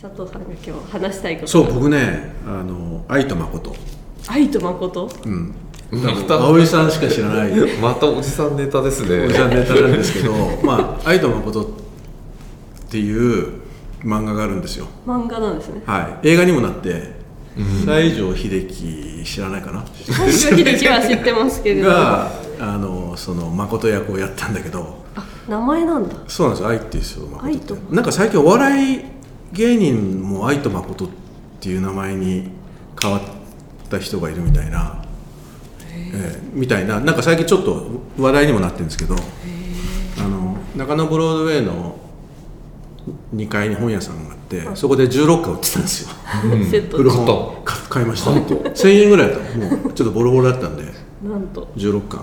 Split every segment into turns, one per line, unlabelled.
佐藤さんが今日話したいこと
そう僕ねあの愛と誠
愛と誠
うん
また
葵さんしか知らない
またおじさんネタですね
おじさんネタなんですけど まあ愛と誠っていう漫画があるんですよ
漫画なんですね
はい映画にもなって西城秀樹知らないかな
西城秀樹は知ってますけれどあ
があのその誠役をやったんだけど
名前なんだ
そうなんです愛って言うんですよ
愛
誠
と
ってなんか最近お笑い芸人も愛と誠っていう名前に変わった人がいるみたいな、ええみたいななんか最近ちょっと話題にもなってるんですけどあの中野ブロードウェイの2階に本屋さんがあってそこで16巻売ってた んですよ
セット
古
で
本買買いました1000円ぐらいだったもうちょっとボロボロだったんで
なんと
16巻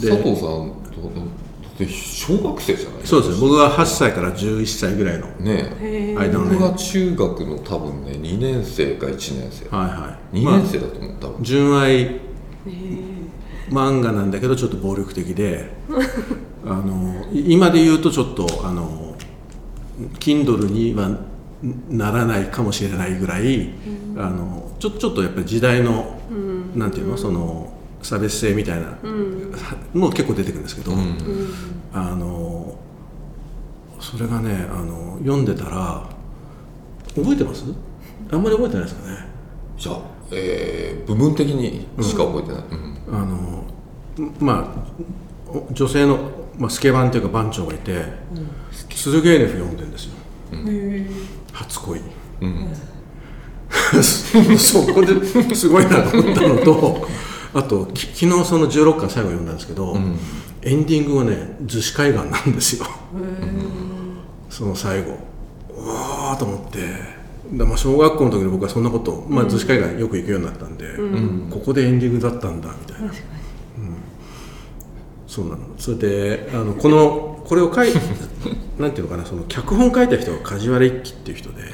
で
佐藤さんとだって小学生じゃない
そうですね僕が8歳から11歳ぐらいの
ね
へ
え
え
間のね
僕が中学の多分ね2年生か1年生
はいはい
2年生
ま
だと思う多
あ
分
純愛漫画なんだけどちょっと暴力的であのい今で言うとちょっとあの Kindle にはならないかもしれないぐらいあのちょちょっとやっぱり時代のなんていうのその差別性みたいなの結構出てくるんですけど、
うん
あのそれがねあの読んでたら覚えてますあんまり覚えてないですかね
じゃあえー部分的にしか覚えてないうん
あのまあお女性の、まあ、スケバンというか番長がいて、スルゲーネフ読んでんですよ、初恋
うん
そこですごいなと思ったのとあとき昨日その16巻最後読んだんですけど、
ん
エンディングはね逗子海岸なんですよその最後うわーと思ってで、まあ、小学校の時に僕はそんなことまあ逗子海岸よく行くようになったんで、ここでエンディングだったんだみたいな、うん、そうなのそれであのこのこれを書い なんていうのかなその脚本書いた人が梶原一騎っていう人で
はい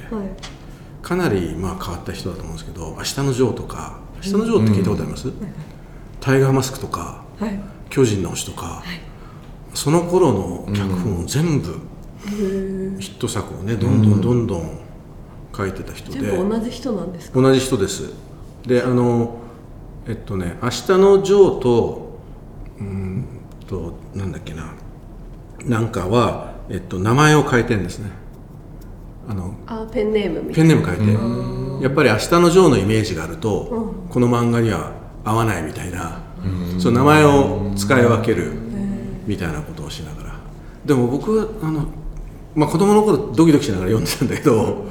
かなりまあ変わった人だと思うんですけど「明日のジョー」とか「明日のジョー」って聞いたことあります、タイガーマスクとか
はい
「巨人の星」とか、その頃の脚本を全部、ヒット作をねどんどんどんどん書いてた人で、
全部同じ人なんですか
同じ人ですであのえっとね「明日のジョーと」うーんとなんだっけななんかは、えっと、名前を変えてんですねあの
あペンネームみた
ペ
い
ンネーム変えてやっぱり「明日のジョー」のイメージがあるとこの漫画には合わないみたいなその名前を使い分けるみたいなことをしながらでも僕はあの、まあ、子供の頃ドキドキしながら読んでたんだけど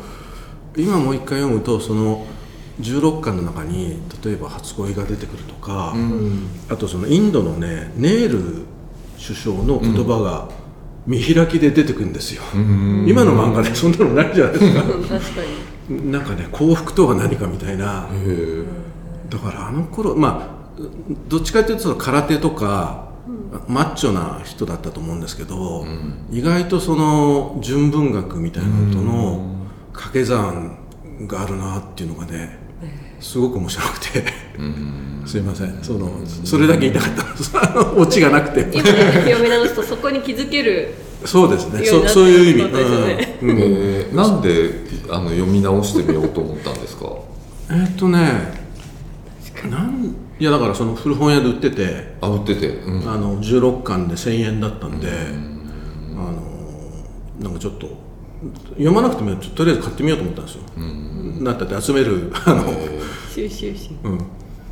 今もう一回読むとその16巻の中に例えば初恋が出てくるとかあとそのインドのねネール首相の言葉が見開きで出てくるんですよ今の漫画でそんなのないじゃないですか
なうん確かに
なんかね幸福とは何かみたいな
へえ
だからあの頃まあどっちかというとその空手とか、マッチョな人だったと思うんですけど、意外とその純文学みたいなのとの掛け算があるなっていうのがねすごく面白くてすいませんそのそれだけ言いたかったんですあのオチがなくて
今ね読み直すとそこに気づける
そうですね
いいよ
そ
な
そういう意
ってことですよね
味、うんうん
えーなんであの読み直してみようと思ったんですか
えーっとねなんいやだからその古本屋で売ってて
あ売っててうん
あの16巻で1000円だったんで、あのなんかちょっと読まなくてもちょっととりあえず買ってみようと思ったんですよ、なったって集めるあの、
収集心
うん、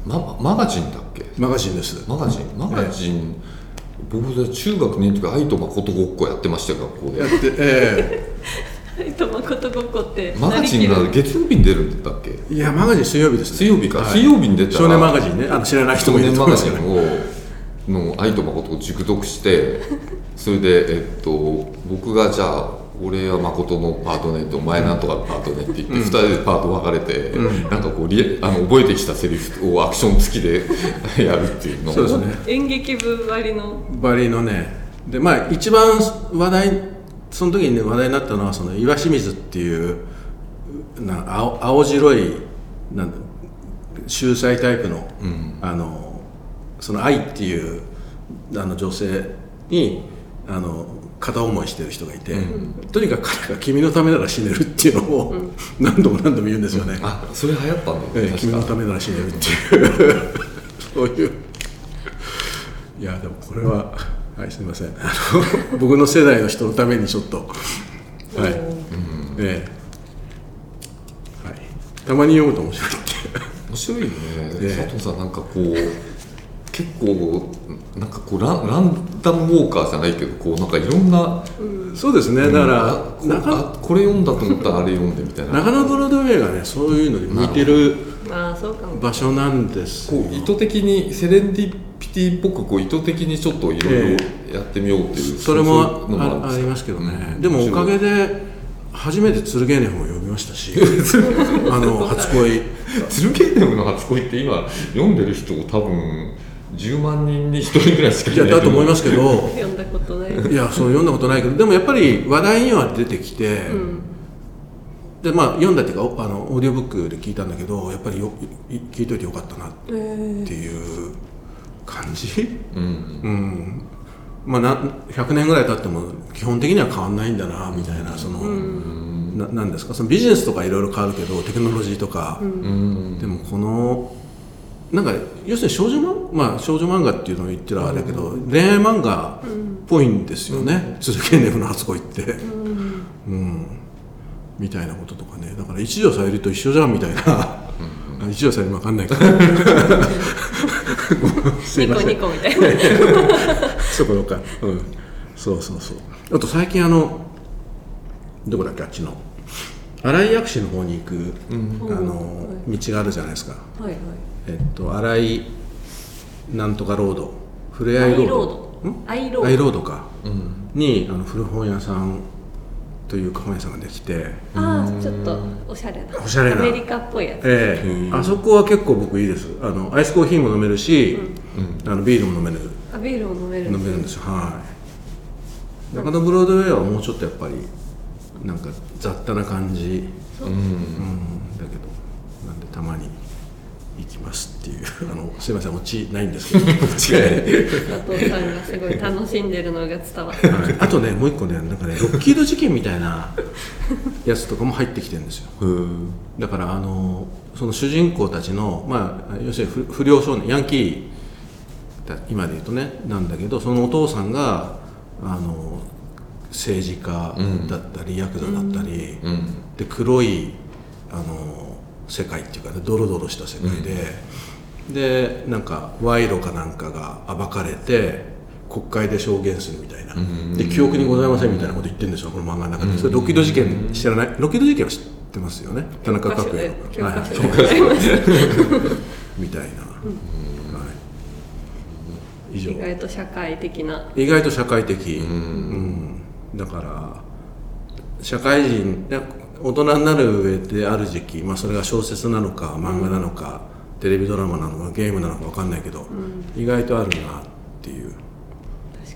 まマガジンだっけ
マガジンです
マガジンマガジン、僕は中学年の時愛と誠ごっこやってましたよ学校で
やってえ
愛と誠ごっこって
マガジン
な
が
りきる
月曜日に出るんだっけ
えいやマガジン水曜日です、ね、
水曜日か、
はい
水曜日に出たら
少年マガジンねあの知らない人
少
もいる
年
と思
マ
い
ガ
ます
ジ
け
ン
ど、ね、
をの愛と誠を熟読 してそれでえっと僕がじゃあ俺は誠のパートねとお前なんとかのパートねって言って、二人でパート分かれて、なんかこうリアあの覚えてきたセリフをアクション付きでやるっていうのを
そうですね
演劇部割りの
バリのねでまあ一番話題その時にね話題になったのはその岩清水っていうな青青白いなんだ秀才タイプの,、あのその愛っていうあの女性にあの片思いしてる人がいて、
うん
とにかく彼が君のためなら死ねるっていうのを、何度も何度も言うんですよね、
あそれ流行ったんだよ
え
ね
え君の
確
た
か
めなら死ねるっていうそういういやでもこれははいすみませんあの僕の世代の人のためにちょっとはい、ええはい、たまに読むと面白いって
面白いよね、
ええ
佐藤さんなんかこう結構なんかこうランランダムウォーカーじゃないけどこうなんかいろんな
そうですねだ
あ
か
こ
ら中野
あこれ読んだと思ったらあれ読んでみたいな
中野ブロードウェイがねそういうのに向いてる
まあそうかも
場所なんですよ
こう意図的にセレンディピティっぽくこう意図的にちょっといろい
え
ろやってみようっていう、
それ
う
も
いうの
あ
もあ
あ
る
り
ん
ますけどねでもおかげで初めて剣ネフを読みました し
ですよ
あの初恋
鶴ケーネムの初恋って今読んでる人多分10万人に1人ぐらいしかい
いや
ない
だと思いますすけど
読んだことない
いやそう読んだことないけどでもやっぱり話題には出てきて、でまあ読んだっていうかおあのオーディオブックで聞いたんだけどやっぱりよい聞いといてよかったなって
えー
いう感じ、
うん
うんまあ、な100年ぐらい経っても基本的には変わんないんだなみたいなその、ななんですかそのビジネスとかいろいろ変わるけどテクノロジーとか、
うん
でもこのなんか要するに少女漫画、まあ、少女漫画っていうのを言ってるあれだけど、恋愛漫画っぽいんですよね「鶴剣ネフの初恋」って、うんみたいなこととかねだから一条さゆりと一緒じゃんみたいな、あ一条さゆりもわかんないからすい
ニ
ま
コ
せん
ニコみたい な
そこよか、うん、そうそうそうあと最近あのどこだっけあっちの新井薬師の方に行く、あの道があるじゃないですか
はいはい
えっと、新井なんとかロード、ふれあいロード、ん
アイロード
アイロードか、
うん
にあの古本屋さんというか本屋さんができて、
ああちょっとおしゃれな
おしゃれな
アメリカっぽいやつ
ええあそこは結構僕いいですあの、アイスコーヒーも飲めるし、あのビールも飲める
あビールを飲めるん
飲
で
め
す
るん
ね
ですよ、はい。中野ブロードウェイはもうちょっとやっぱり、なんか雑多な感じ、うん、だけど、なんでたまに。行きますっていうあのすいませんオチないんですけど
佐藤さんがすごい楽しんでるのが伝わって
はいあとねもう一個ねなんかねロッキード事件みたいなやつとかも入ってきてるんですよ
うん
だからあのその主人公たちの、まあ、要するに不不良少年ヤンキーだ今で言うとねなんだけどそのお父さんがあの政治家だったり、ヤクザだったり、
うん
で黒いあの世界っていうかねドロドロした世界で、でなんか賄賂かなんかが暴かれて国会で証言するみたいな、で記憶にございませんみたいなこと言ってるんですよこの漫画の中で、それロッキード事件知らないロッキード事件は知ってますよね田中角栄の
教科書で
はいはい
教科書で
みたいな、はい、以上
意外と社会的な
意外と社会的、うんだから社会人で大人になる上である時期、まあ、それが小説なのか漫画なのか、テレビドラマなのかゲームなのか分かんないけど、意外とあるなっていう
確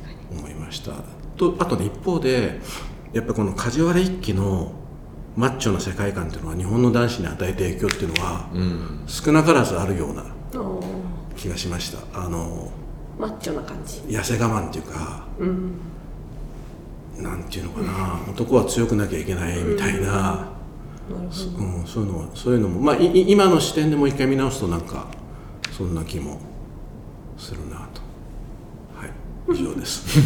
かに
思いましたとあとね一方でやっぱこの梶原一騎のマッチョな世界観っていうのは日本の男子に与えた影響っていうのは、
うん
少なからずあるような
おー
気がしましたあの
マッチョな感じ
痩せ我慢っていうか、なんていうのかな、男は強くなきゃいけないみたいな、
なるほど
うんそういうのはそういうのも、まあ、いい今の視点でもう一回見直すとなんかそんな気もするなとはい以上です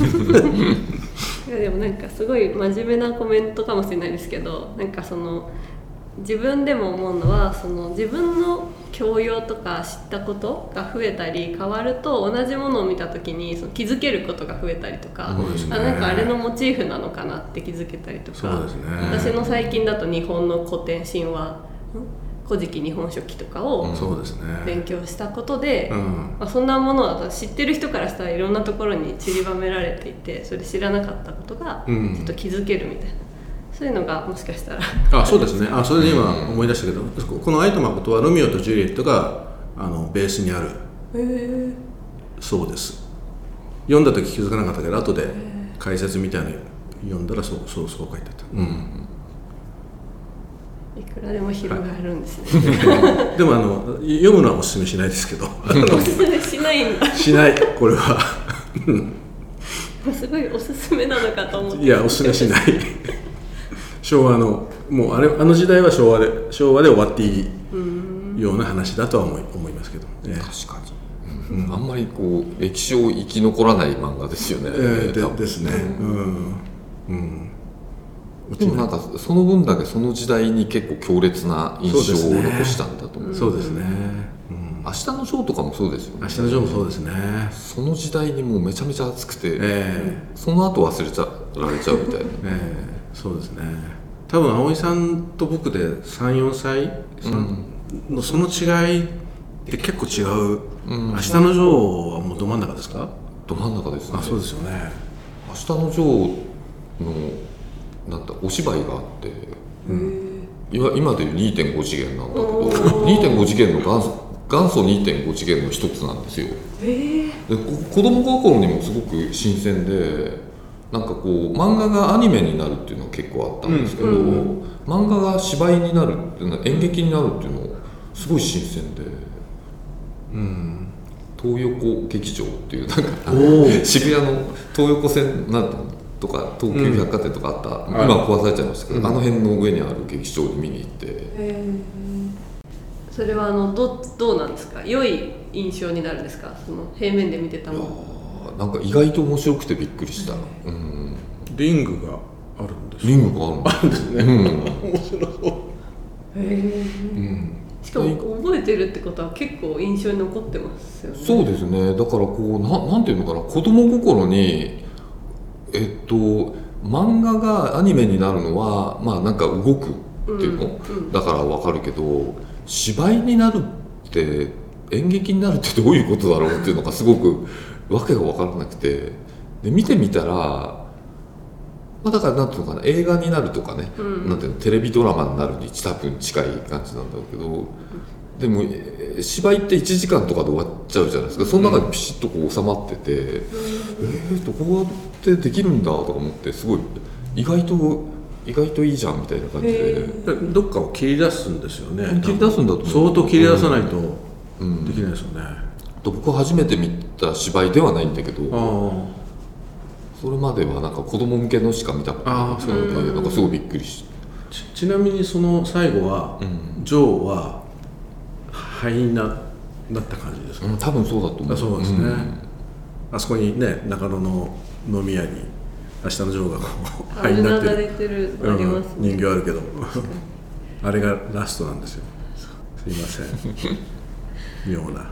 いやでもなんかすごい真面目なコメントかもしれないですけどなんかその自分でも思うのはその自分の教養とか知ったことが増えたり変わると同じものを見た時にその気づけることが増えたりとか、
そうですね
あなんかあれのモチーフなのかなって気づけたりとか
そうですね
私の最近だと日本の古典神話「ん古事記日本書紀」とかを
そうですね
勉強したことで、
うん
まあ、そんなものは知ってる人からしたらいろんなところに散りばめられていてそれ知らなかったことがち
うん
ょっと気づけるみたいな、そういうのがもしかしたら
あそうですねあそれで今思い出したけど、この「愛と誠」はロミオとジュリエットがあのベースにあるそうです読んだ時気づかなかったけど後で解説みたいなの読んだらそうそうそう書いてあった、うん、
いくらでも広がるんですね、
でもあの読むのはおすすめ しないですけどあの
おすすめしないんだ
しないこれは
これすごいおすすめなのかと思って
いやおすすめしない昭和のもうあれあの時代は昭和で昭和で終わっていいような話だとは思い思いますけど、ね、
確かに、うんあんまりこう歴史を生き残らない漫画ですよね、
えー
多
で
分
ですねうんうん落
で
ち
も
な
ないんかその分だけその時代に結構強烈な印象を残したんだと思う
そうですね、うん、
明日のショーとかもそうですよ
明
ね
日のジョーもそうですね
その時代にもうめちゃめちゃ熱くて、
え
その後忘れちゃられちゃうみ たいな
えええそうですね多分葵さんと僕で34歳、さんのその違いって結構違う、明日のジョーはもうど真ん中ですか
ど真ん中ですね
あそうですよね
明日のジョーのなんだお芝居があって、いわ今でいう2.5次元なんだけど2.5次 元の元祖元祖2.5次元の一つなんですよ
ええ
でこ子供心にもすごく新鮮でなんかこう漫画がアニメになるっていうのは結構あったんですけど、漫画が芝居になるっていうのは演劇になるっていうのすごい新鮮で、東横劇場っていうなんか
おー
渋谷の東横線なんていうのとか東急百貨店とかあった、
うん
今壊されちゃいましたけど、
うん
あの辺の上にある劇場に見に行って
それはあのどどうなんですか良い印象になるんですかその平面で見てた
いや
も
ーなんか意外と面白くてびっくりした、うん、
リングがあるんです
リングがあるんだ
あるんですね、面白そう
しかも覚えてるってことは結構印象に残ってますよね
そうですねだからこうななんていうのかな子供心にえっと漫画がアニメになるのはまあなんか動くっていうの、
うんうん
だからわかるけど芝居になるって演劇になるってどういうことだろうっていうのがすごくわけが分からなくてで見てみたらまあ、だからなんていうのかな映画になるとかね、
うん
なんていうのテレビドラマになるに多分近い感じなんだろうけどでもえー芝居って1時間とかで終わっちゃうじゃないですかその中にピシッとこう収まってて、えー、とこうやってできるんだとか思ってすごい意外と意外といいじゃんみたいな感じ
へ
で
ー
どっかを切り出すんですよね
切り出すんだと思う
相当切り出さないと
うん
できないですよね、
と僕は初めて見た芝居ではないんだけど
あ
それまではなんか子供向けのしか見たことなくて
あー
そう
なんかすごいびっくりして。
あちちなみにその最後は、
うん
ジョーは灰にななった感じですか、
うん多分そうだと思う
あそうですね、
ん
あそこにね中野の飲み屋に明日のジョーがこう
あ
灰
れ
になって
流れ
る、
てる
う
ありま
ん
す、ね、
人形あるけどあれがラストなんですよすいません妙な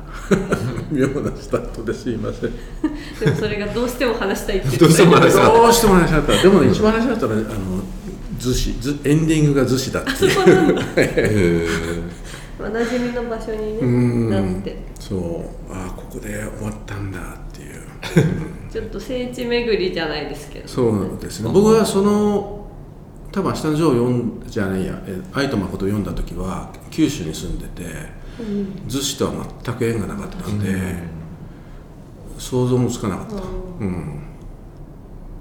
妙なスタートですいません
でもそれがどうしても話したいっていう
どうしても話した
どうしても話しなかったでも、ね、一番話しなかったのはあの図子図エンディングが図子だっていう
へ
おなじみの場所に、ね
うん
なって
そうああここで終わったんだっていう
ちょっと聖地巡りじゃないですけど
そうですね僕はその多分「明日のジョー」を読んじゃないやえ愛と誠を読んだ時は九州に住んでて図子とは全く縁がなかったんで、想像もつかなかった、うん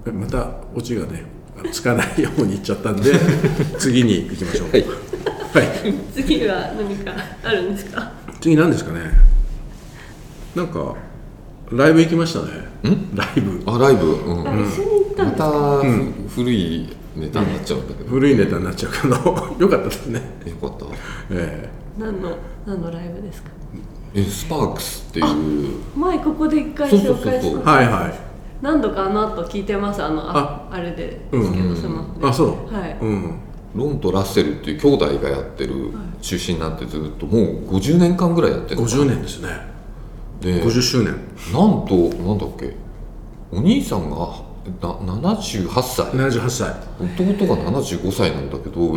えまたオチがねつかないようにいっちゃったん で次に行きましょう
はい
はい
次は何かあるんですか
次何ですかねなんかライブ行きましたね
ん
ライブ
ーあライブ、うん
あ、一緒に行ったん
ま
ですか、
た、ふ古いネタになっちゃうんだけど、
古いネタになっちゃうけどよかったですね
よかった
え
何の何のライブですか
えスパークスっていう
前ここで一回
そうそ
紹
うそうそう
介した
え
の
はいはい
何度かあの後聞いてますあのああれでですけど、
うん
その
あそう、
はい
うん
ロンとラッセルっていう兄弟がやってる中心になってずっともう50年間ぐらいやってるのかな
50年ですね
で
50周年
なんとなんだっけお兄さんがな78歳
78歳
弟が75歳なんだけど、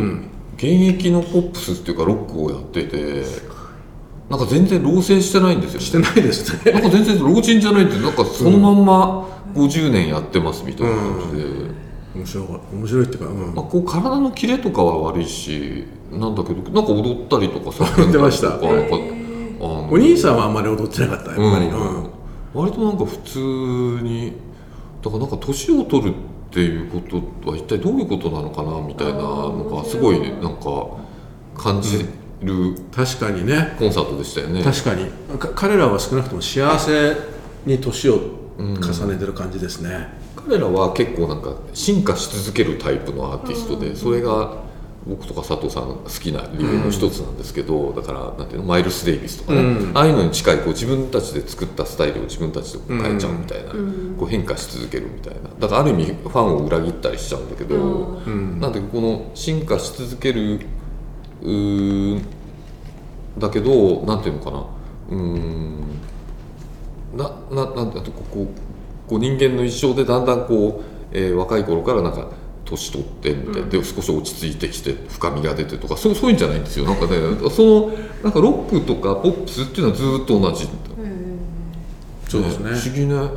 現役のポップスっていうかロックをやっててなんか全然老成してないんですよね
してないです ね
なんか全然老人じゃないってなんかそのまんま50年やってますみたいな感じで、
面白い面白いっていうか、うん
まあ、こう体のキレとかは悪いしなんだけどなんか踊ったりとかさ
踊ってました
なんかなんか
へー
あの
お兄さんはあんまり踊ってなかったやっぱり、
うん
うん
割となんか普通にだからなんか年を取るっていうことは一体どういうことなのかなみたいなのがすごいなんか感じる
確かにね
コンサートでしたよね。
確かにか彼らは少なくとも幸せに年を重ねてる感じですね、
彼らは結構なんか進化し続けるタイプのアーティストで、それが僕とか佐藤さんが好きな理由の一つなんですけど、だからなんていうのマイルス・デイビスとかね、
うん
ああいうのに近いこう自分たちで作ったスタイルを自分たちでこう変えちゃうみたいな、
ん
こう変化し続けるみたいなだからある意味ファンを裏切ったりしちゃうんだけど、
うん
うん
なんでこの進化し続けるうーんだけどなんていうのかなうーんなななんてこうこうこう人間の一生でだんだんこう、えー若い頃からなんか年取ってみたいなで少し落ち着いてきて深みが出てとかそうそういうんじゃないんですよなんかねそのなんかロックとかポップスっていうのはずーっと同じ
そうですね
不思議な
あ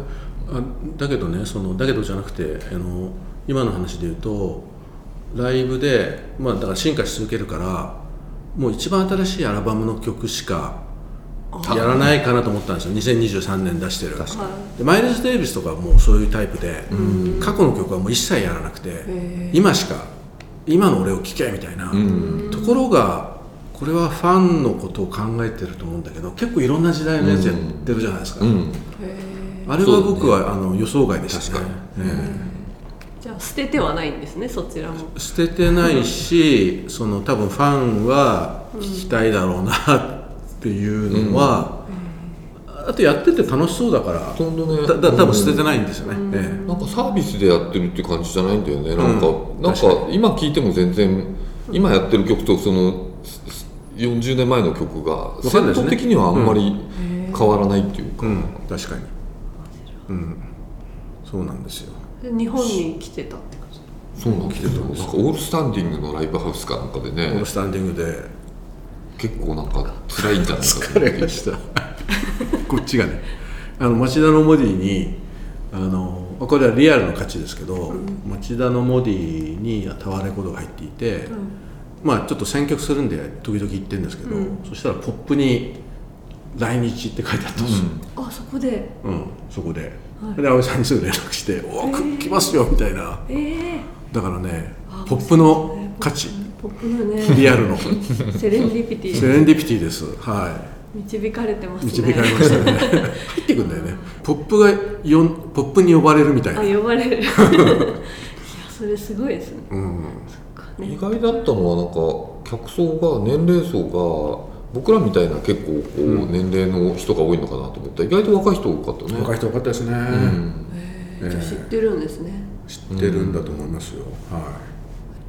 だけどねそのだけどじゃなくてあの今の話で言うとライブで、まあ、だから進化し続けるからもう一番新しいアルバムの曲しかやらないかなと思ったんですよ2023年出してるでマイルズ・デイビスとかはもうそういうタイプで過去の曲はもう一切やらなくて今しか今の俺を聴けみたいなところがこれはファンのことを考えてると思うんだけど結構いろんな時代のやつやってるじゃないですか、
うん
あれは僕は、あの予想外でしたね
確か
え
じゃあ捨ててはないんですねそちらも
え捨ててないし、その多分ファンは聞きたいだろうなっていうのは、あとやってて楽しそうだから、
ほとんどね
だだ多分捨ててないんですよね、え
なんかサービスでやってるって感じじゃないんだよね、なんか
うん
なんか今聴いても全然今やってる曲とそのすす40年前の曲が
わかんない
戦
ですね
闘的にはあんまり変わらないっていう
え
か、
うん、確かに、うん、そうなんですよ
日本に来てたって感じ
そうなんですよなんかオールスタンディングのライブハウスかなんかで
こ
ね
のスタンディングで
結構なんか辛いんじゃないか
疲れましたこっちがねあの町田のモディにあのまあこれはリアルの価値ですけど、町田のモディにタワーレコードが入っていて、まあちょっと選曲するんで時々行ってるんですけど、そしたらポップに「来日」って書いてあったんですよ、
あそこで
うんそこで、で安倍さんにすぐ連絡して「おお来ますよ」みたいな
ええ
だからねポップの価値
ポップのね
リアルの
セレンディピテ
セ
ィ
レンディピティですはい
導かれてますね
導かれましたね入ってくんだよねポップがよんポップに呼ばれるみたいな
あ呼ばれ るいやそれすごいですね
うん
意外だったのはなんか客層が年齢層が僕らみたいな結構こう年齢の人が多いのかなと思ったら意外と若い人多かったね
若い人多かったですね、
うん
じゃあ知ってるんですね
知ってるんだと思いますよ、は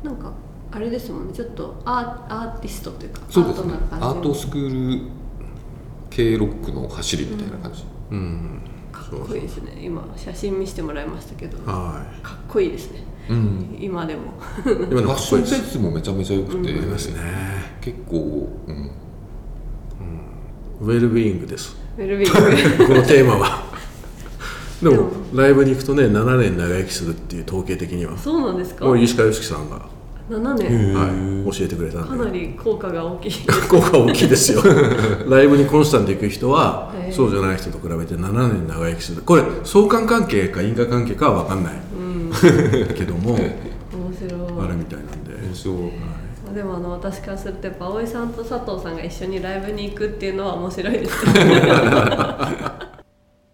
なんかあれですもんねちょっとアーアーティストというか
そうですね
アートな感じ
アートスクール系ロックの走りみたいな感じ、
い、うん、
かっこいいですね今写真見せてもらいましたけどかっ
は
こいいですね
うん
今でも
い今
フ
の
ァ
か
ッ
っ
シ
こい
ョ
い
ン
で
セン
す
スもめちゃめちゃ良くて、
ありますね
結構、うん、
ウェルビーイングです
ウェルビーイン
このテーマはでもライブに行くとね7年長生きするっていう統計的には
グそうなんですか
もう石川良樹さんが、
7年
はい、教えてくれた
か
んで
なり効果が大きい
効果大きいですよライブにコンスタントに行く人は
へえ
そうじゃない人と比べて7年長生きするこれ相関関係か因果関係かは分かんない、 けども
面白
あ
い
るみたいなんで
印象、
まあでもあの私からするとやっぱ葵さんと佐藤さんが一緒にライブに行 くっていうのは面白いですね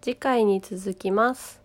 次回に続きます